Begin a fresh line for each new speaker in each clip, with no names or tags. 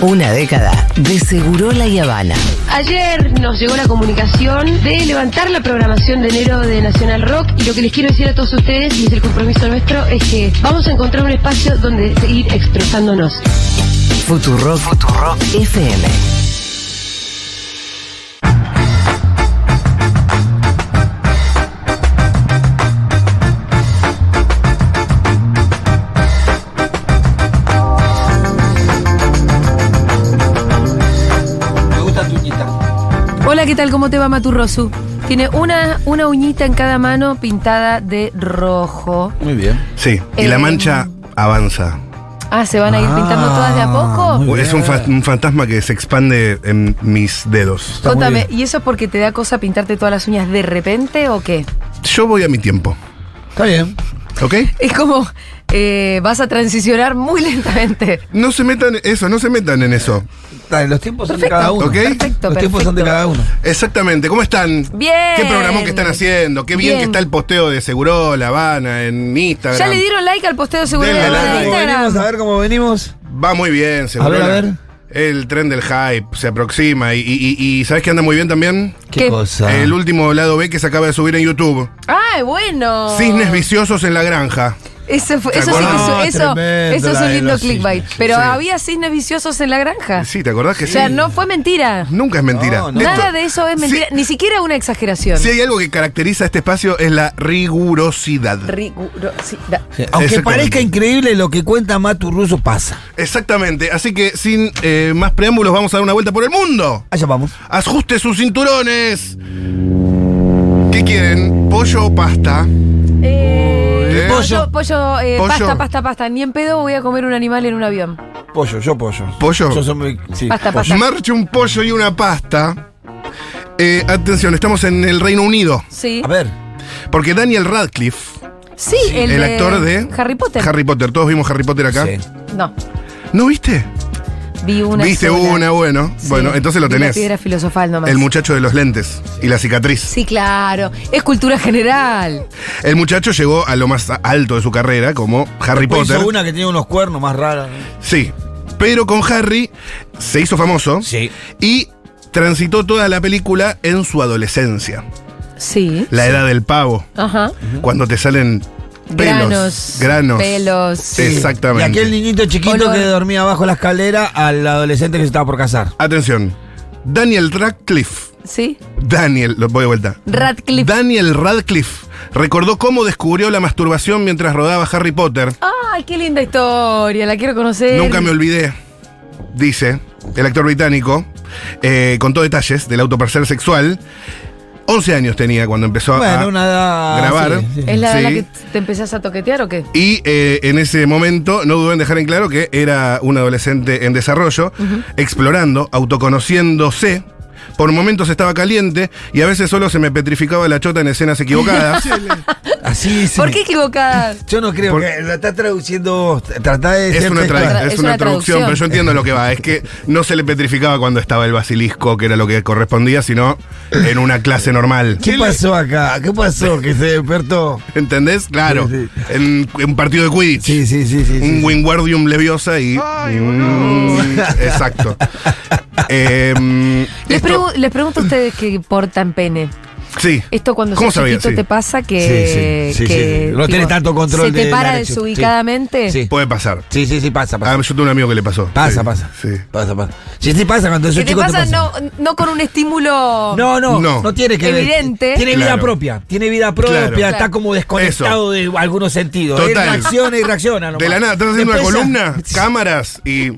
Una década de Segurola y Habana.
Ayer nos llegó la comunicación de levantar la programación de enero de Nacional Rock y lo que les quiero decir a todos ustedes, y es el compromiso nuestro, es que vamos a encontrar un espacio donde seguir expresándonos.
Futuro Futuro FM.
Me gusta tu guitarra.
Hola, ¿qué tal? ¿Cómo te va Maturrosu? Tiene una, una uñita en cada mano pintada de rojo.
Muy bien.
Sí, y
Eh,
la mancha avanza.
Ah, ¿se van a ir
Ah,
pintando todas de a
muy
poco?
bien.
Es un, fa- un fantasma que se expande en mis dedos.
muy
Contame,
bien.
¿y eso es porque te da cosa pintarte todas las uñas de repente o qué?
Yo voy a mi tiempo,
Está bien.
¿ok?
Es como eh, vas a transicionar muy lentamente.
No se metan eso, no se metan en eso.
Dale, los tiempos son de
Perfecto.
cada uno.
Ok.
Perfecto,
Los tiempos son de
perfecto.
cada uno.
Exactamente, ¿cómo están?
Bien.
¿Qué programón que están haciendo? Qué bien,
Bien.
que está el posteo de Seguro, La Habana, en Instagram.
Ya le dieron like al posteo seguro de
Denle
la banda de
like.
Venimos a
Instagram.
ver cómo venimos.
Va muy bien, Seguro.
A ver, a ver.
El tren del hype se aproxima y, y, y- y ¿sabes qué anda muy bien también?
¿Qué?
cosa?
El último lado B que se acaba de subir en YouTube.
Ay, bueno.
Cisnes viciosos en la granja.
Eso, fue-
¿Te
eso sí que
acordás?
eso,
No,
eso,
tremendo,
eso es
la
un
de
lindo
los
clickbait.
cisnes,
Pero
sí.
había cisnes viciosos en la granja.
Sí, ¿te acordás que
O
sí?
sea, Ah. no fue mentira.
Nunca es mentira.
No, no.
Esto-
Nada de eso es mentira,
Sí.
ni siquiera una exageración.
Si hay algo que caracteriza a este espacio es la rigurosidad.
Rigurosidad.
Sí, Aunque
Exactamente.
parezca increíble lo que cuenta Matu Russo pasa.
Exactamente, así que sin eh, más preámbulos vamos a dar una vuelta por el mundo.
Allá vamos.
Ajuste sus cinturones. ¿Qué quieren? ¿Pollo o pasta?
Eh,
Eh,
pollo, pollo, eh,
Pollo.
pasta, pasta, pasta. Ni en pedo voy a comer un animal en un avión.
Pollo, yo pollo.
¿Pollo?
Yo soy muy. Sí.
Pasta, pasta.
Marche un pollo y una pasta. Eh, atención, estamos en el Reino Unido.
Sí.
A ver.
Porque Daniel Radcliffe,
Sí, el,
el actor de
Harry Potter.
Harry Potter, todos vimos Harry Potter acá.
Sí.
No,
¿No viste?
vi una.
Viste
sola.
una, bueno.
Sí,
Bueno, entonces lo
vi la
tenés.
piedra filosofal nomás.
El muchacho de los lentes y la cicatriz.
Sí, claro. Es cultura general.
El muchacho llegó a lo más alto de su carrera, como Harry
Después
Potter.
hizo una que tiene unos cuernos más raros.
Sí. Pero con Harry se hizo famoso
Sí.
y transitó toda la película en su adolescencia.
Sí.
La edad del pavo.
Ajá.
Cuando te salen
Granos,
pelos. granos.
pelos, sí.
Exactamente.
Y aquel niñito chiquito
Olor.
que dormía abajo la escalera al adolescente que se estaba por casar.
Atención. Daniel Radcliffe.
Sí.
Daniel, lo voy de vuelta.
Radcliffe.
Daniel Radcliffe recordó cómo descubrió la masturbación mientras rodaba Harry Potter.
Ay, qué linda historia. La quiero conocer.
Nunca me olvidé, dice el actor británico, eh, contó detalles del autoplacer sexual. 11 años tenía cuando empezó a
Bueno, una edad-
Ah,
ah,
grabar.
sí, sí.
¿Es la
Sí.
de la que te empezás a toquetear o qué?
Y eh, en ese momento no dudó en dejar en claro que era un adolescente en desarrollo, explorando, autoconociéndose. Por momentos estaba caliente y a veces solo se me petrificaba la chota en escenas equivocadas.
Así es.
¿Por qué equivocadas?
Yo no creo
Por-
que lo estás traduciendo vos. Tratá de
Es
ser
una,
textual.
tra-
Es
es
una
una traducción,
traducción.
pero yo entiendo lo que va. Es que no se le petrificaba cuando estaba el basilisco, que era lo que correspondía, sino en una clase normal.
¿Qué pasó acá? ¿Qué pasó? Que se despertó.
¿Entendés? Claro.
Sí,
En en un partido de Quidditch.
Sí, sí, sí, sí. sí.
un Wingardium Leviosa y. Mm, exacto. Em,
Les,
esto-
pregu- les pregunto a ustedes que portan pene.
sí.
Esto cuando
¿Cómo
sos
sabías?
chiquito
Sí.
te pasa que,
Sí, sí, sí,
que,
sí. No tenés tanto control
se te
de la
para
erección.
desubicadamente.
Sí.
Puede pasar.
Sí, sí, sí, pasa,
Ah,
pasa.
yo tengo un amigo que le pasó.
Pasa,
Ah, Sí,
pasa.
Sí.
Pasa, pasa. Sí, sí, pasa cuando
Que
sos
te
chico
pasa,
te pasa.
No, no con un estímulo.
No, no,
No.
no, tiene que
Evidente.
ver. Tiene vida
Claro.
propia, tiene vida propia,
Claro.
está como desconectado de algunos sentidos.
Total.
Él reacciona y reacciona. nomás.
De la nada, estás haciendo una
Después ya-
columna, cámaras y.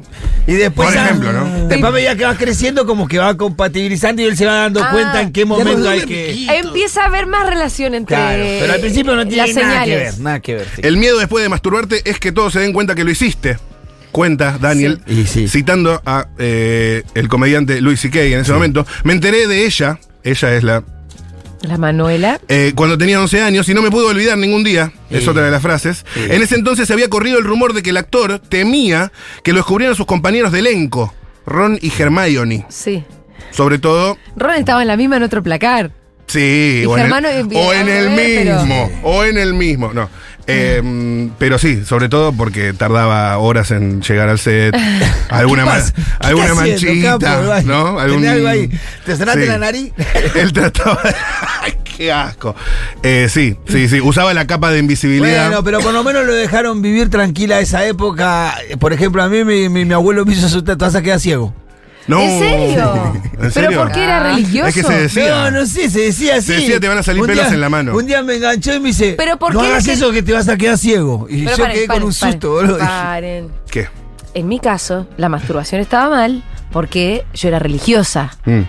Y después,
Por
ya-
ejemplo, ¿no?
Después veía que vas creciendo, como que va compatibilizando y él se va dando
Ah.
cuenta en qué momento hay que.
Empieza a haber más relación entre
Claro,
Eh,
pero al principio no
las
tiene nada que
señales.
ver, nada que ver. sí.
El miedo después de masturbarte es que todos se den cuenta que lo hiciste. Cuenta Daniel,
Sí. Y sí.
citando a eh, el comediante Luis C.K. en ese momento. Me enteré de ella, ella es la,
La Manuela.
eh, cuando tenía 11 años y no me pudo olvidar ningún día, es
Sí.
otra de las frases.
Sí.
En ese entonces había corrido el rumor de que el actor temía que lo descubrieran sus compañeros de elenco, Ron y Hermione.
Sí.
Sobre todo,
Ron estaba en la misma en otro placar.
Sí,
Y
o en,
Germano
el,
y-
o en el
pero-
mismo, o en el mismo, no. Eh, Pero sí, sobre todo porque tardaba horas en llegar al set. alguna ma-
pasa? ¿Qué está
alguna
haciendo,
manchita,
capo? Ay,
¿no?
tenés algo ahí. ¿Te sonaste la nariz?
Él trataba de... Ay, ¡Qué asco! Eh, sí, sí, sí. Usaba la capa de invisibilidad.
Bueno, pero por lo menos lo dejaron vivir tranquila esa época. Por ejemplo, a mí mi, mi- mi abuelo me hizo su tatuaje, queda ciego.
No.
¿En serio?
¿En
¿Pero
serio?
por qué era
Ah.
religioso?
Es que se des- Decía.
No, no sé, se decía así.
Se decía, "Te van a salir
Un
pelos
día-
en la mano".
Un día me enganchó y me dice,
Pero ¿por
no
qué
hagas
la
eso que te vas a quedar ciego. Y
Pero
yo
paren,
quedé con
paren,
un susto,
paren,
boludo.
paren.
¿Qué?
En mi caso, la masturbación estaba mal porque yo era religiosa.
Mm.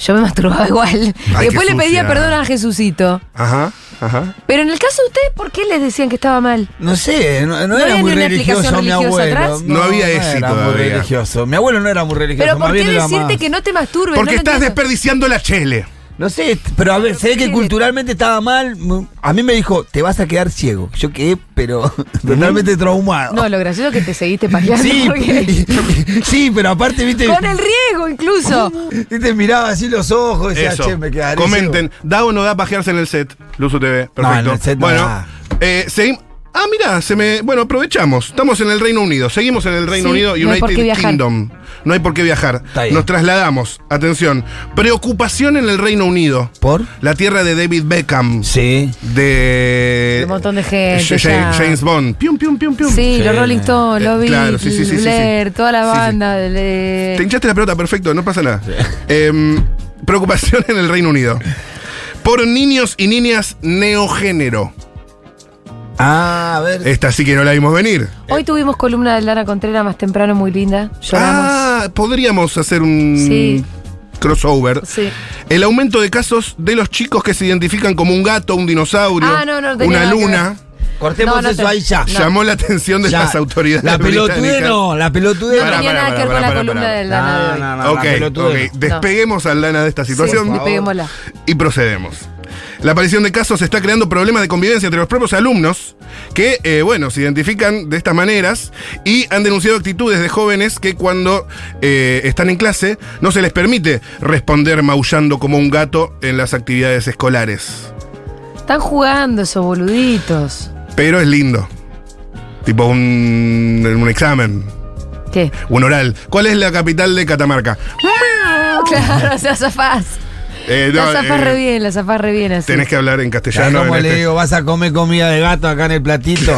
Yo me masturbaba igual.
Ay,
Después
qué
le pedía
sucia.
perdón a Jesucito.
Ajá, ajá.
Pero en el caso de ustedes, ¿por qué les decían que estaba mal?
No sé, no, no
¿No
era
había
muy
ni una
religioso
explicación
mi
religiosa
abuelo.
atrás?
No había ese
era muy
todavía.
religioso. Mi abuelo no era muy religioso.
Pero
más
¿por qué
bien era
decirte
más-
que no te masturbes?
Porque
No lo
estás
entiendo.
desperdiciando la chele.
No sé, pero a ver, se ve que culturalmente estaba mal. A mí me dijo, te vas a quedar ciego. Yo quedé, pero totalmente traumado.
No, lo gracioso es que te seguiste pajeando.
sí,
porque-
sí, pero aparte, viste,
Con el riego incluso.
y te miraba así los ojos y decía,
Eso.
che, me quedaré
Comenten, ¿da o no da pajearse en el set? Luzu TV. Perfecto.
No, en el set no
bueno,
da.
eh, seguim- Ah, mirá, se me. Bueno, aprovechamos. Estamos en el Reino Unido. Seguimos en el Reino
Sí,
Unido y
no hay por qué
United
viajar.
Kingdom. No hay por qué viajar.
Está bien.
Nos trasladamos. Atención. Preocupación en el Reino Unido.
¿Por?
La tierra de David Beckham.
Sí.
De.
De un montón de gente,
Ja-
ya.
James Bond. Pium, pium, pium, pium.
Sí, los
Sí.
Rolling Stones,
Eh,
los Beatles,
claro, sí, sí, sí, sí, sí.
Blair, toda la
Sí, sí.
banda. le-
Te hinchaste la pelota, perfecto, no pasa nada. Em, preocupación en el Reino Unido. Por niños y niñas neogénero.
Ah, a ver.
Esta sí que no la vimos venir.
Hoy tuvimos columna de Lara Contreras más temprano, muy linda. Lloramos.
Ah, podríamos hacer un
Sí.
crossover.
Sí.
El aumento de casos de los chicos que se identifican como un gato, un dinosaurio,
Ah, no, no, tenía
una
nada que
luna,
Cortemos
No, no
eso
te-
ahí ya.
no.
llamó la atención de
Ya.
las autoridades.
La pelotude
británicas.
no, la pelotude
No
Pará,
tenía
pará,
nada que ver
pará,
con la
pará,
columna
pará.
de Lana de hoy.
no,
ok,
la pelotude
ok.
no.
Despeguemos al Lana de esta situación.
despeguémosla.
Y procedemos. La aparición de casos está creando problemas de convivencia entre los propios alumnos que, eh, bueno, se identifican de estas maneras y han denunciado actitudes de jóvenes que cuando eh, están en clase no se les permite responder maullando como un gato en las actividades escolares.
Están jugando esos boluditos.
Pero es lindo. Tipo un, un examen,
¿Qué?
un oral. ¿Cuál es la capital de Catamarca?
claro, o sea, zafás.
Eh,
La
no,
zafás
eh,
re bien, la zafás re bien así.
Tenés que hablar en
Ya
castellano.
como
en
le
este-
digo, vas a comer comida de gato acá en el platito.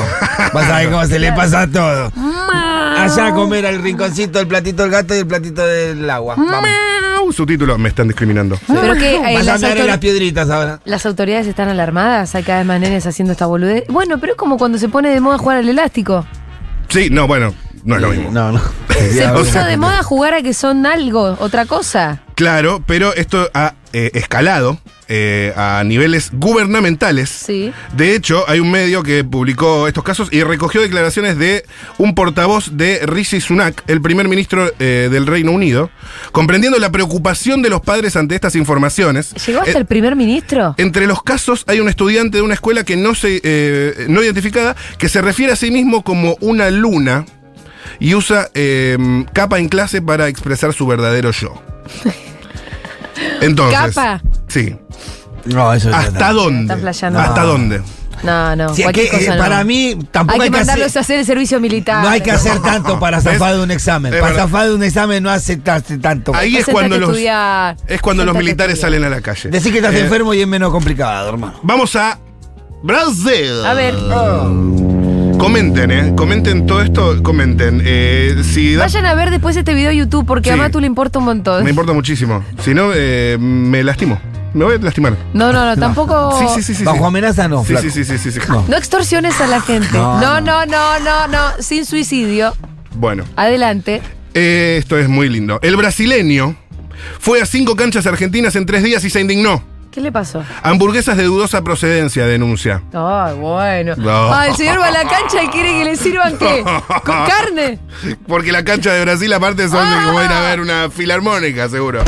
Vas a ver cómo se le pasa a todo.
Ah.
Allá a comer al rinconcito el platito del gato y el platito del agua.
Mm.
Vamos.
Miau, Su título, me están discriminando.
Pero que eh,
Vas a
las,
andar en
autor-
las piedritas ahora.
las autoridades están alarmadas, hay cada vez más nenes haciendo esta boludez. Bueno, pero es como cuando se pone de moda jugar al elástico.
Sí, no, bueno, no es lo mismo.
No, no.
Se
o
puso
sea-
de moda jugar a que son algo, otra cosa.
Claro, pero esto ha eh, escalado eh, a niveles gubernamentales.
Sí.
De hecho, hay un medio que publicó estos casos y recogió declaraciones de un portavoz de Rishi Sunak, el primer ministro eh, del Reino Unido, comprendiendo la preocupación de los padres ante estas informaciones.
¿Llegó hasta
Eh,
el primer ministro?
Entre los casos hay un estudiante de una escuela que no se eh, no identificada que se refiere a sí mismo como una luna y usa eh, capa en clase para expresar su verdadero yo. Entonces,
¿Capa?
Sí.
No, eso es
¿Hasta dónde?
Está flasheando.
¿Hasta
No.
dónde?
No, no.
Si es
cualquier
que, eh,
cosa no.
Para mí,
hay
tampoco
que
hay que hacer.
mandarlos a hacer el servicio militar.
No hay que hacer tanto para
¿Ves?
zafar de un examen.
Es
Para
verdad.
zafar de un examen no hace ta- hace tanto.
Ahí es
Sentate
cuando
a
los
estudiar,
es cuando los
sentate a
militares
estudiar.
salen a la calle.
Decir que estás
Eh,
enfermo y es menos complicado, hermano.
Vamos a Brasil.
A ver.
Oh.
Oh. Comenten, eh. Comenten todo esto, comenten. Eh, si da-
Vayan a ver después este video de YouTube porque
Sí.
a Matu le importa un montón.
Me importa muchísimo. Si no, eh, me lastimo. Me voy a lastimar.
No, no, no, tampoco.
Sí, sí, sí, sí.
Oh. Bajo
sí.
amenaza no,
Sí,
flaco.
sí, sí, sí, sí, sí.
No.
No extorsiones a la gente.
No,
No, no, no, no, no. Sin suicidio.
Bueno,
Adelante.
eh, esto es muy lindo. El brasileño fue a cinco canchas argentinas en tres días y se indignó.
¿Qué le pasó?
Hamburguesas de dudosa procedencia, denuncia.
Ay, bueno.
No.
Ah, el señor va a la cancha y quiere que le sirvan qué? ¿Con carne?
Porque la cancha de Brasil, aparte, son de que voy a ir a ver una filarmónica, seguro.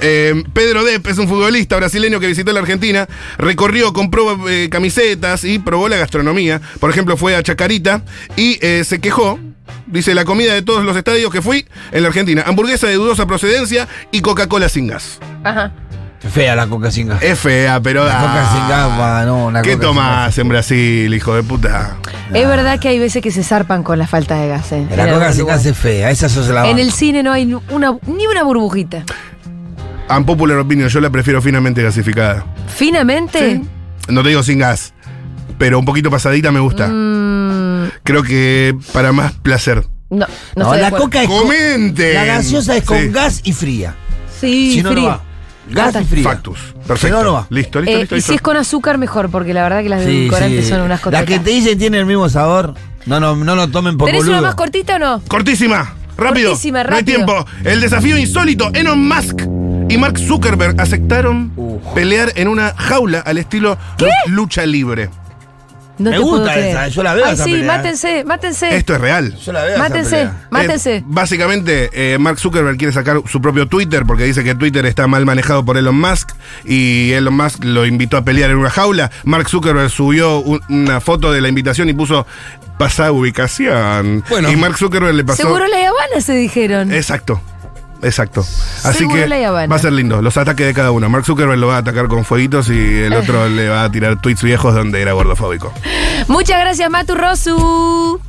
Eh, Pedro Depp es un futbolista brasileño que visitó la Argentina, recorrió, compró eh, camisetas y probó la gastronomía. Por ejemplo, fue a Chacarita y eh, se quejó. Dice, la comida de todos los estadios que fui en la Argentina. Hamburguesa de dudosa procedencia y Coca-Cola sin gas.
Ajá.
Fea la coca sin gas.
Es fea, pero.
La coca sin gas, va, no, una
¿Qué
coca sin
tomás en Brasil, hijo de puta?
Es verdad que hay veces que se zarpan con la falta de gas. eh, en
La coca
algún
sin
lugar.
gas es fea, esa sos la
En
banca.
el cine no hay ni una, ni una burbujita.
Unpopular opinion, yo la prefiero finamente gasificada.
Finamente,
No te digo sin gas, pero un poquito pasadita me gusta.
Mm.
Creo que para más placer.
no, no,
No,
estoy de
la
acuerdo.
coca es con-
Comenten.
La gaseosa es con
Sí.
gas y fría.
Sí,
si no, no
frío.
va. Gas y
Fatal.
fría.
Factus. Perfecto.
Si no, no va.
Listo,
Eh,
listo, listo.
y
listo.
si es con azúcar, mejor, porque la verdad que las de
Sí,
edulcorantes
sí.
son unas cosas.
La que te dicen tiene el mismo sabor. No, no, no lo tomen por
¿Tenés
boludo.
una más cortita o no?
Cortísima. Rápido.
Cortísima,
No hay
rápido.
tiempo. El desafío insólito. Elon Musk y Mark Zuckerberg aceptaron
Uh.
pelear en una jaula al estilo lucha libre.
No
Me
te puedo
gusta
creer.
esa, yo la veo
Ay,
esa
sí,
pelea, eh.
mátense, mátense.
Esto es real.
Yo la veo esa
Mátense,
pelea.
mátense.
Eh, básicamente, eh, Mark Zuckerberg quiere sacar su propio Twitter porque dice que Twitter está mal manejado por Elon Musk y Elon Musk lo invitó a pelear en una jaula. Mark Zuckerberg subió un- una foto de la invitación y puso pasá ubicación.
Bueno.
Y Mark Zuckerberg le pasó.
Seguro la Habana se dijeron.
Exacto. Exacto. Así
Seguro
que
la Habana.
va a ser lindo. Los ataques de cada uno. Mark Zuckerberg lo va a atacar con fueguitos y
Eh.
el otro le va a tirar tweets viejos donde era gordofóbico.
Muchas gracias, Matu Rosu.